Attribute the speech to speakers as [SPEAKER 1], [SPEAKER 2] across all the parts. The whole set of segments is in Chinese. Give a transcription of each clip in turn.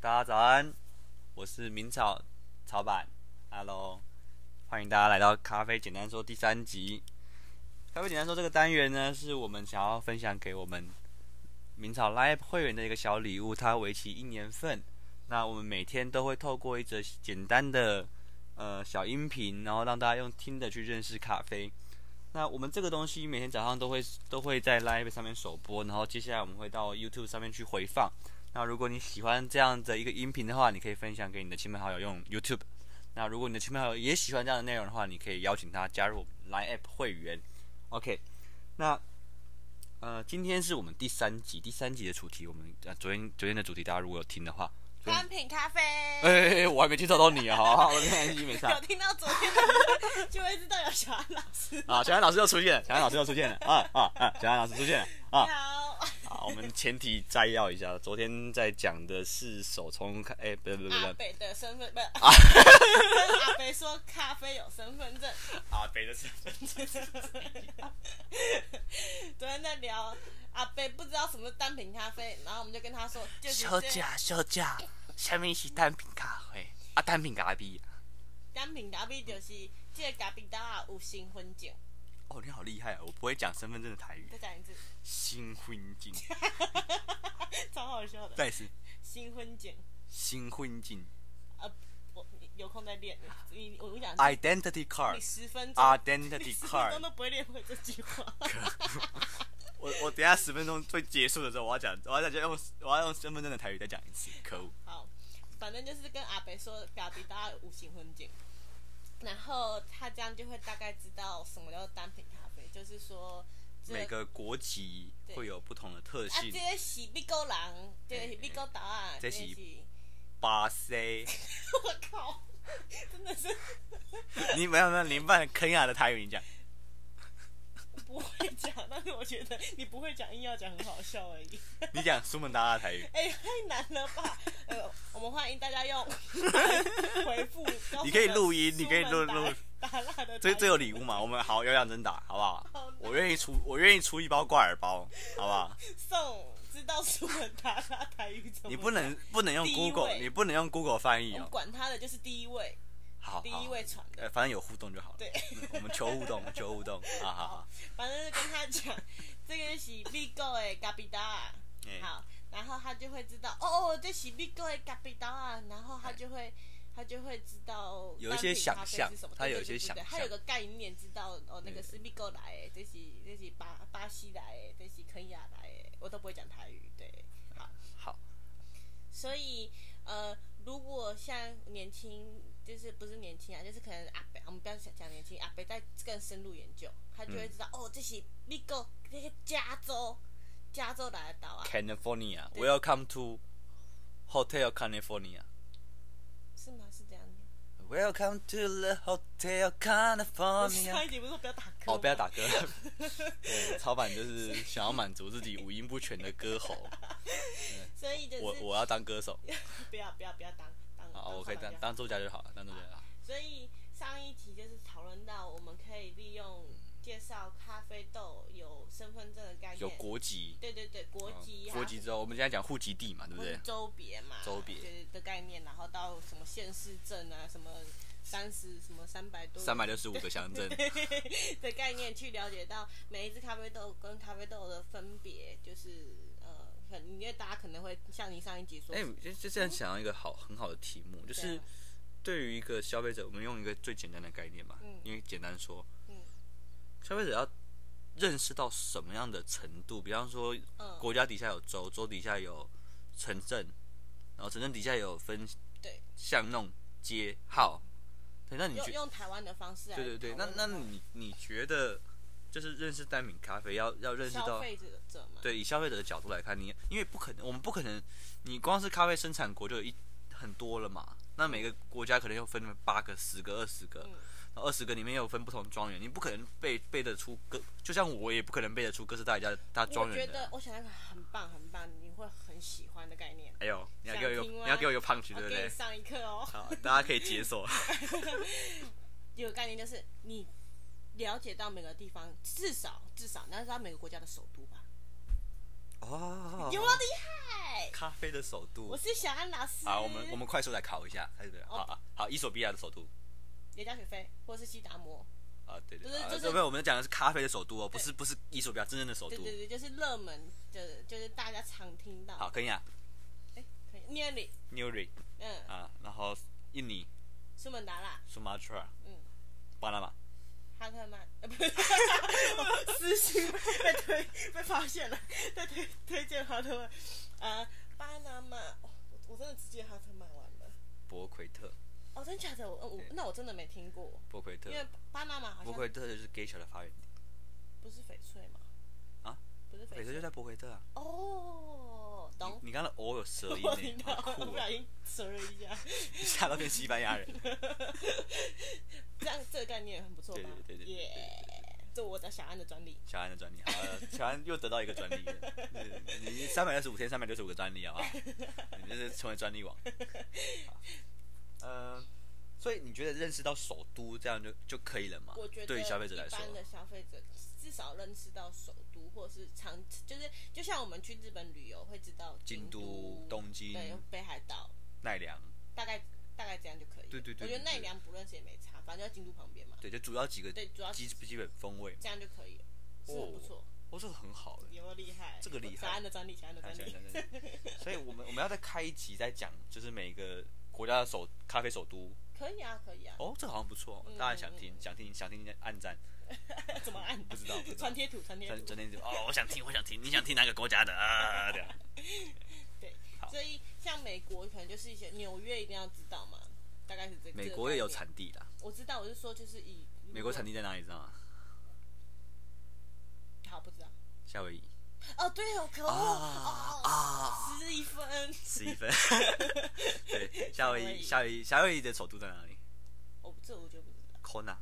[SPEAKER 1] 大家早安，我是明草草板，Hello，欢迎大家来到咖啡简单说第三集。咖啡简单说这个单元呢，是我们想要分享给我们明草 Live 会员的一个小礼物，它为期一年份。那我们每天都会透过一则简单的呃小音频，然后让大家用听的去认识咖啡。那我们这个东西每天早上都会都会在 Live 上面首播，然后接下来我们会到 YouTube 上面去回放。那如果你喜欢这样的一个音频的话，你可以分享给你的亲朋好友用 YouTube。那如果你的亲朋好友也喜欢这样的内容的话，你可以邀请他加入我们 Line App 会员。OK，那呃，今天是我们第三集，第三集的主题，我们呃昨天昨天的主题，大家如果有听的话，昨天
[SPEAKER 2] 单品咖啡。
[SPEAKER 1] 哎、哎哎我还没介绍到你啊，好 好，我没关系，没事。 啊
[SPEAKER 2] 有听到昨天的， 就会知道有小安老师。
[SPEAKER 1] 啊，小安老师又出现了，小安老师又出现了啊啊啊！小安老师出现了啊！
[SPEAKER 2] 好，
[SPEAKER 1] 好，我们前提摘要一下，昨天在讲的是手冲咖，哎、不不不啊
[SPEAKER 2] 阿
[SPEAKER 1] 不，
[SPEAKER 2] 北的身份不是？ 阿北说咖啡有身份证。
[SPEAKER 1] 阿啊北的身份
[SPEAKER 2] 昨天在聊阿北不知道什么是单品咖啡，然后我们就跟他说，就是
[SPEAKER 1] 休
[SPEAKER 2] 这
[SPEAKER 1] 假休假，下面是单品咖啡啊，单品咖啡。
[SPEAKER 2] 单品咖啡就是这个咖啡豆啊有新婚酒。
[SPEAKER 1] 哦，你好厉害啊！我不会讲身份证的台语
[SPEAKER 2] 再，讲一次，
[SPEAKER 1] 新婚镜，
[SPEAKER 2] 超好笑的。
[SPEAKER 1] 再一次
[SPEAKER 2] 新婚酒，
[SPEAKER 1] 新婚镜
[SPEAKER 2] 呃，我你有空再练。你我跟你讲，
[SPEAKER 1] 哎，identity
[SPEAKER 2] 你
[SPEAKER 1] card，identity
[SPEAKER 2] 十分钟
[SPEAKER 1] card。
[SPEAKER 2] 你
[SPEAKER 1] Identity
[SPEAKER 2] 十分
[SPEAKER 1] card
[SPEAKER 2] 钟都不会练会这句话。
[SPEAKER 1] 我我等一下十分钟会结束的时候，我要讲，我要讲用我要用身份证的台语再讲一次，可恶！
[SPEAKER 2] 好，反正就是跟阿北说，嘎比大家五行婚景，然后他这样就会大概知道什么叫单品咖啡，就是说、这
[SPEAKER 1] 每个国籍会有不同的特
[SPEAKER 2] 啊，
[SPEAKER 1] 性
[SPEAKER 2] 这，些是美国人，这些是美国岛啊，
[SPEAKER 1] 哎这
[SPEAKER 2] 这
[SPEAKER 1] 是
[SPEAKER 2] 些是，
[SPEAKER 1] 巴西，
[SPEAKER 2] 我靠，真的是
[SPEAKER 1] 你没有没有，你办肯亚的台语你讲，
[SPEAKER 2] 不会讲，但是我觉得你不会讲，硬要讲很好笑而已。
[SPEAKER 1] 你讲苏门答腊台语，
[SPEAKER 2] 哎、太难了吧？ 呃，我们欢迎大家用 回 复，
[SPEAKER 1] 你可以录音你可以录录
[SPEAKER 2] 打蜡的，哦
[SPEAKER 1] 这这有礼物嘛？我们好有奖征答，好不好？
[SPEAKER 2] 好
[SPEAKER 1] 我愿意出，我愿意出一包挂耳包，好不好？
[SPEAKER 2] 送，知道苏文达拉台语怎么？
[SPEAKER 1] 你不，能不能用
[SPEAKER 2] 第一
[SPEAKER 1] Google，
[SPEAKER 2] 位
[SPEAKER 1] 你不能用 Google 翻
[SPEAKER 2] 我
[SPEAKER 1] 译
[SPEAKER 2] 们
[SPEAKER 1] 哦。
[SPEAKER 2] 管他的就是第一位，
[SPEAKER 1] 好，
[SPEAKER 2] 第
[SPEAKER 1] 好
[SPEAKER 2] 一位传的
[SPEAKER 1] 呃，反正有互动就好了。
[SPEAKER 2] 对
[SPEAKER 1] 嗯，我们求互动，求互动，啊好好好。
[SPEAKER 2] 反正就跟他 讲，这个是美国的咖比达，
[SPEAKER 1] 哎
[SPEAKER 2] 好，然后他就会知道，哦哦，这是美国的咖比达，然后他就会。他就会知道
[SPEAKER 1] 哎有一些想象
[SPEAKER 2] 单品咖啡是什么
[SPEAKER 1] 他有
[SPEAKER 2] 对
[SPEAKER 1] 一些
[SPEAKER 2] 对对
[SPEAKER 1] 想
[SPEAKER 2] 对
[SPEAKER 1] 象
[SPEAKER 2] 他有个概念，知道哦，那
[SPEAKER 1] 对
[SPEAKER 2] 个是美国来的，这是这是巴巴西来的，这是肯亚来的，我都不会讲台语，对，好，
[SPEAKER 1] 好，
[SPEAKER 2] 所以呃，如果像年轻，就是不是年轻啊，就是可能阿北，我们不要讲讲年轻，阿北再更深入研究，他就会知道、哦，这是美国那个加州，加州来的岛啊，对
[SPEAKER 1] California，Welcome to Hotel California。
[SPEAKER 2] 是吗？是这样念。
[SPEAKER 1] Welcome to the Hotel
[SPEAKER 2] 我上
[SPEAKER 1] California。
[SPEAKER 2] 一集不是说不要打嗝吗
[SPEAKER 1] 哦哦，不要打。 嗝。对，超版就是想要满足自己五音不全的歌喉。
[SPEAKER 2] 所以 就是
[SPEAKER 1] 我我要当歌手，
[SPEAKER 2] 不要不要不要当当。
[SPEAKER 1] 好，哦我可以当
[SPEAKER 2] 当
[SPEAKER 1] 当作家就好了，当作家就好。
[SPEAKER 2] 所以上一题就是讨论到，我们可以利用介绍咖啡豆有身份证的概念，
[SPEAKER 1] 有国籍，
[SPEAKER 2] 对对对，国籍、啊、
[SPEAKER 1] 国籍之后，我们现在讲户籍地嘛，对不
[SPEAKER 2] 或
[SPEAKER 1] 对
[SPEAKER 2] 是？州别嘛，
[SPEAKER 1] 州别
[SPEAKER 2] 对的概念，然后到什么县市镇啊，什么三十什么三百多
[SPEAKER 1] 三百六十五个乡镇，
[SPEAKER 2] 的概念去了解到每一只咖啡豆跟咖啡豆的分别，就是呃，可能因为大家可能会像你上一集 说，
[SPEAKER 1] 哎、就就这样想到一个好很好的题目，就
[SPEAKER 2] 对啊
[SPEAKER 1] 是对于一个消费者，我们用一个最简单的概念嘛，
[SPEAKER 2] 嗯
[SPEAKER 1] 因为简单说，
[SPEAKER 2] 嗯
[SPEAKER 1] 消费者要认识到什么样的程度？比方说，
[SPEAKER 2] 嗯
[SPEAKER 1] 国家底下有州，州底下有城镇，然后城镇底下有分
[SPEAKER 2] 对
[SPEAKER 1] 巷弄、街号。对，那你
[SPEAKER 2] 用
[SPEAKER 1] 觉
[SPEAKER 2] 用台湾的方式来讨
[SPEAKER 1] 对
[SPEAKER 2] 论
[SPEAKER 1] 对
[SPEAKER 2] 的
[SPEAKER 1] 对，
[SPEAKER 2] 话，
[SPEAKER 1] 那那你你觉得就是认识单品咖啡要要认识
[SPEAKER 2] 消
[SPEAKER 1] 到
[SPEAKER 2] 费者者嘛，
[SPEAKER 1] 对，以消费者的角度来看，你因为不可能，我们不可能，你光是咖啡生产国就有一很多了嘛。那每个国家可能又分八个、十个、二十个，
[SPEAKER 2] 嗯
[SPEAKER 1] 然后二十个里面又有分不同庄园，你不可能背背得出各，就像我也不可能背得出哥斯达黎加它庄
[SPEAKER 2] 我觉
[SPEAKER 1] 园
[SPEAKER 2] 得
[SPEAKER 1] 的。
[SPEAKER 2] 我想那个很棒很棒，你会很喜欢的概念。
[SPEAKER 1] 哎呦，你要给我一个，
[SPEAKER 2] 想听吗
[SPEAKER 1] 你要给我一个 punch，
[SPEAKER 2] 我
[SPEAKER 1] 对不
[SPEAKER 2] 给你
[SPEAKER 1] 对？
[SPEAKER 2] 上一课 哦。
[SPEAKER 1] 好，大家可以解锁。
[SPEAKER 2] 有个概念就是你了解到每个地方，至少至少你要知道每个国家的首都吧。
[SPEAKER 1] 哦，
[SPEAKER 2] 有没有厉害？
[SPEAKER 1] 咖啡的首都
[SPEAKER 2] 我。是小安老师。
[SPEAKER 1] 好，我们我们快速来考一下，哎对不对？
[SPEAKER 2] 哦
[SPEAKER 1] 好好好，伊索比亚的首都
[SPEAKER 2] 也交学费，或是西达摩。
[SPEAKER 1] 啊，对对
[SPEAKER 2] 就是
[SPEAKER 1] 啊
[SPEAKER 2] 就是
[SPEAKER 1] 这不是我们讲的是咖啡的首都哦，不是不是伊索比亚真正的首
[SPEAKER 2] 对
[SPEAKER 1] 都。
[SPEAKER 2] 对对，就是热门的，就是大家常听到。
[SPEAKER 1] 好，，肯亚
[SPEAKER 2] 哎，可以，nearly，
[SPEAKER 1] ，Newry
[SPEAKER 2] 嗯，
[SPEAKER 1] 啊，然后印尼
[SPEAKER 2] 苏门答腊，
[SPEAKER 1] Sumatra，
[SPEAKER 2] 嗯，
[SPEAKER 1] 巴拿马，
[SPEAKER 2] 哈 克曼，呃，不是，私心被推被发现了，在推推荐哈特曼，呃，巴拿马，哦我我真的直接哈特曼完了。
[SPEAKER 1] 博奎特，
[SPEAKER 2] 哦，真假的？我我那我真的没听过，
[SPEAKER 1] 博奎特
[SPEAKER 2] 因，为巴拿马好
[SPEAKER 1] 博
[SPEAKER 2] 像
[SPEAKER 1] 奎特就是 Geisha 的发源地，
[SPEAKER 2] 不是翡翠吗？
[SPEAKER 1] 啊，
[SPEAKER 2] 不是
[SPEAKER 1] 博
[SPEAKER 2] 翡
[SPEAKER 1] 奎特就
[SPEAKER 2] 翠。
[SPEAKER 1] 在博奎特啊。
[SPEAKER 2] 哦，懂。
[SPEAKER 1] 你你刚才偶有舌
[SPEAKER 2] 我听
[SPEAKER 1] 音呢，
[SPEAKER 2] 到，
[SPEAKER 1] 好
[SPEAKER 2] 我
[SPEAKER 1] 酷
[SPEAKER 2] 不
[SPEAKER 1] 哦
[SPEAKER 2] 小！心折了 一下。
[SPEAKER 1] 吓到变西班牙人。
[SPEAKER 2] 这样这个概念很不错吧？
[SPEAKER 1] 对对对对对对
[SPEAKER 2] 耶，这我的小安的专利。
[SPEAKER 1] 小安的专利，好了，小安又得到一个专利了。你你三百六十五天，三百六十五个专利，好不好？你就是成为专利王。好呃，所以你觉得认识到首都这样就就可以了吗？
[SPEAKER 2] 我觉得
[SPEAKER 1] 对于消费者来
[SPEAKER 2] 一
[SPEAKER 1] 说，
[SPEAKER 2] 般的消费者至少认识到首都，或是常就是就像我们去日本旅游会知道
[SPEAKER 1] 京
[SPEAKER 2] 都
[SPEAKER 1] 都、、东京、
[SPEAKER 2] 对北海道，
[SPEAKER 1] 奈良，
[SPEAKER 2] 大概大概这样就可以了。
[SPEAKER 1] 对对对
[SPEAKER 2] 我觉
[SPEAKER 1] 对
[SPEAKER 2] 得奈
[SPEAKER 1] 对
[SPEAKER 2] 良不认识也没差，反正就在京都旁边嘛。
[SPEAKER 1] 对，就主要几个
[SPEAKER 2] 对，主要
[SPEAKER 1] 基
[SPEAKER 2] 是
[SPEAKER 1] 基本风味。
[SPEAKER 2] 这样就可以了，是很不错。
[SPEAKER 1] 哦，这个很好哎。
[SPEAKER 2] 有没有厉害？
[SPEAKER 1] 这个厉害啊
[SPEAKER 2] 小安的专利，小安的专利。
[SPEAKER 1] 所以我们我们要再开一集再讲，就是每个国家的首咖啡首都。
[SPEAKER 2] 可以啊，可以啊。
[SPEAKER 1] 哦，这个好像不错，
[SPEAKER 2] 嗯
[SPEAKER 1] 大家想听想听想听，按赞。
[SPEAKER 2] 怎么按？
[SPEAKER 1] 不知道不知道
[SPEAKER 2] 传贴图，传贴
[SPEAKER 1] 整
[SPEAKER 2] 图
[SPEAKER 1] 整。天就 哦，我想听，我想听，你想听哪个国家的啊？这样
[SPEAKER 2] 对
[SPEAKER 1] 好，
[SPEAKER 2] 所以像美国可能就是一些纽约一定要知道嘛，大概是这个。
[SPEAKER 1] 美国也有
[SPEAKER 2] 这个概
[SPEAKER 1] 产地啦，
[SPEAKER 2] 念，我知道，我是说就是以
[SPEAKER 1] 美国产地在哪里？知道吗？
[SPEAKER 2] 好不知道。
[SPEAKER 1] 夏威夷
[SPEAKER 2] 哦，对哦，可恶，哦，
[SPEAKER 1] 啊，
[SPEAKER 2] 十一分，
[SPEAKER 1] 十一分。 对，夏威夷，夏威夷，夏威夷的首都在哪里
[SPEAKER 2] 我这我就不知道。
[SPEAKER 1] ？Kona。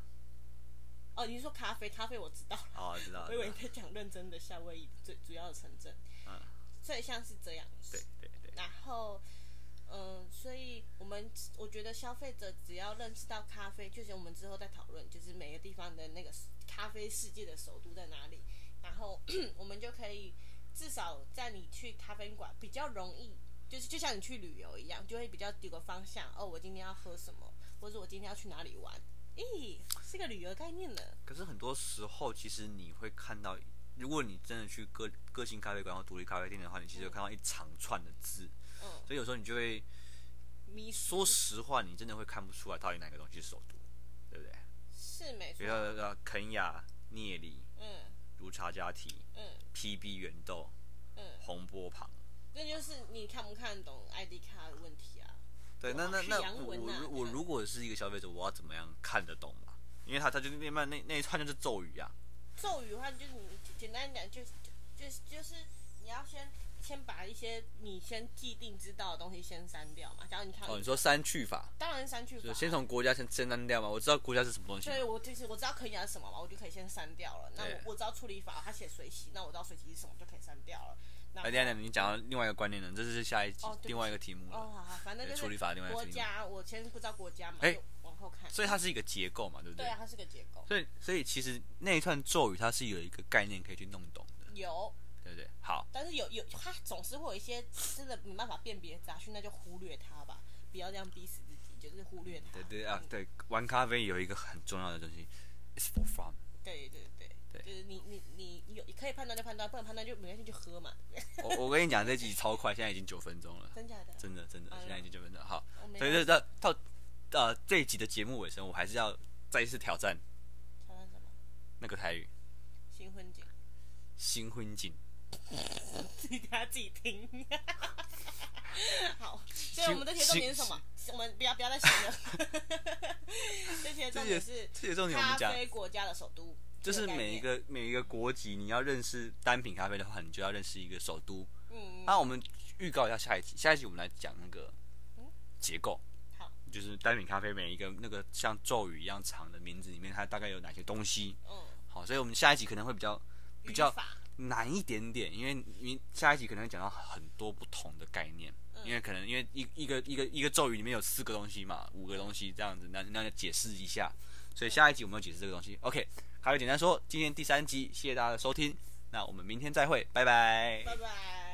[SPEAKER 2] 哦，你是说咖啡？咖啡我知道了，
[SPEAKER 1] 哦，知道了。
[SPEAKER 2] 我以
[SPEAKER 1] 知道了
[SPEAKER 2] 为你在讲认真的夏威夷最主要的城镇，
[SPEAKER 1] 嗯，
[SPEAKER 2] 所以像是这样。
[SPEAKER 1] 对对对，
[SPEAKER 2] 然后，嗯，所以我们我觉得消费者只要认识到咖啡，就是我们之后再讨论，就是每个地方的那个咖啡世界的首都在哪里，然后 我们就可以至少在你去咖啡馆比较容易，就是就像你去旅游一样，就会比较有个方向。哦，我今天要喝什么，或者我今天要去哪里玩。咦，是个旅游概念呢。
[SPEAKER 1] 可是很多时候，其实你会看到，如果你真的去个个性咖啡馆或独立咖啡店的话，你其实会看到一长串的字，
[SPEAKER 2] 嗯，
[SPEAKER 1] 所以有时候你就会
[SPEAKER 2] 迷失
[SPEAKER 1] 说实话，你真的会看不出来到底哪个东西是首都，对不对？
[SPEAKER 2] 是没
[SPEAKER 1] 比
[SPEAKER 2] 错
[SPEAKER 1] 如。说呃肯雅、聂里、
[SPEAKER 2] 嗯
[SPEAKER 1] 如茶加提、
[SPEAKER 2] 嗯
[SPEAKER 1] PB 圆豆、
[SPEAKER 2] 嗯，
[SPEAKER 1] 红波旁。
[SPEAKER 2] 那就是你看不看懂 ID 卡的问题啊。
[SPEAKER 1] 对，那那
[SPEAKER 2] 是
[SPEAKER 1] 那
[SPEAKER 2] 洋
[SPEAKER 1] 我
[SPEAKER 2] 文啊
[SPEAKER 1] 如
[SPEAKER 2] 对
[SPEAKER 1] 我如果是一个消费者，我要怎么样看得懂嘛？因为他他就是那慢那那一串就是咒语啊，
[SPEAKER 2] 咒语的话，就是你简单讲，就是就是就是你要先先把一些你先既定知道的东西先删掉嘛。假如你看到，
[SPEAKER 1] 哦，你说删去法，
[SPEAKER 2] 当然删去
[SPEAKER 1] 就
[SPEAKER 2] 法，
[SPEAKER 1] 先从国家先先删掉嘛。我知道国家是什么东西嘛，
[SPEAKER 2] 对我就是我知道可以讲什么嘛，我就可以先删掉了。那
[SPEAKER 1] 对
[SPEAKER 2] 我我知道处理法，它写水洗，那我知道水洗是什么就可以删掉了。那
[SPEAKER 1] 哎，等一下，等一下你讲到另外一个观念了，这是下一集
[SPEAKER 2] 哦对不起
[SPEAKER 1] 另外一个题目
[SPEAKER 2] 哦，
[SPEAKER 1] 了。
[SPEAKER 2] 好好，反正就
[SPEAKER 1] 对
[SPEAKER 2] 是
[SPEAKER 1] 处理法另外一个
[SPEAKER 2] 国
[SPEAKER 1] 题目
[SPEAKER 2] 家，我先不知道国家嘛，
[SPEAKER 1] 哎
[SPEAKER 2] 就往后看。
[SPEAKER 1] 所以它是一个结构嘛，对不
[SPEAKER 2] 对啊，它是个结构，
[SPEAKER 1] 所以所以其实那一串咒语它是有一个概念可以去弄懂的，
[SPEAKER 2] 有，
[SPEAKER 1] 对不对？好，
[SPEAKER 2] 但是有有它总是会有一些真的没办法辨别的杂讯，那就忽略它吧，不要这样逼死自己，就是忽略嗯它。
[SPEAKER 1] 对对啊，对，玩咖啡有一个很重要的东西，it's for fun。
[SPEAKER 2] 对对对
[SPEAKER 1] 对
[SPEAKER 2] 就是你你你你有你可以判断就判断，不能判断就没关系就喝嘛，
[SPEAKER 1] 我我跟你讲，这集超快，现在已经九分钟了，
[SPEAKER 2] 真假的？
[SPEAKER 1] 真的真的
[SPEAKER 2] 哎，呀
[SPEAKER 1] 现在已经九分钟了。好，
[SPEAKER 2] 我没
[SPEAKER 1] 所以
[SPEAKER 2] 办
[SPEAKER 1] 就到到呃这一集的节目尾声，我还是要再一次挑战
[SPEAKER 2] 法挑战什么
[SPEAKER 1] 那个台语
[SPEAKER 2] 新婚景，
[SPEAKER 1] “新婚景
[SPEAKER 2] 自己大家自己听。 好，所以
[SPEAKER 1] 新
[SPEAKER 2] 我们这些重点是什么？我们不要不要再想了。 这些”，
[SPEAKER 1] 这
[SPEAKER 2] 重
[SPEAKER 1] 些
[SPEAKER 2] 点是
[SPEAKER 1] 这些重点我
[SPEAKER 2] 咖
[SPEAKER 1] 们讲，
[SPEAKER 2] 啡国家的首都，
[SPEAKER 1] 就是每一
[SPEAKER 2] 这概念
[SPEAKER 1] 个每一个国籍，你要认识单品咖啡的话，你就要认识一个首都。
[SPEAKER 2] 嗯
[SPEAKER 1] 那我们预告一下下一集，下一集我们来讲那个
[SPEAKER 2] 嗯
[SPEAKER 1] 结构，
[SPEAKER 2] 好
[SPEAKER 1] 就是单品咖啡每一个那个像咒语一样长的名字里面，它大概有哪些东西。
[SPEAKER 2] 嗯
[SPEAKER 1] 好，所以我们下一集可能会比较比
[SPEAKER 2] 语
[SPEAKER 1] 较
[SPEAKER 2] 法
[SPEAKER 1] 难一点点，因为你下一集可能会讲到很多不同的概念，
[SPEAKER 2] 嗯
[SPEAKER 1] 因为可能因为一一个一个一个咒语里面有四个东西嘛，五个东西这样子，那那就解释一下。所以下一集我们要解释这个东西。OK，还有简单说，今天第三集，谢谢大家的收听，那我们明天再会，拜拜。哎
[SPEAKER 2] 拜拜。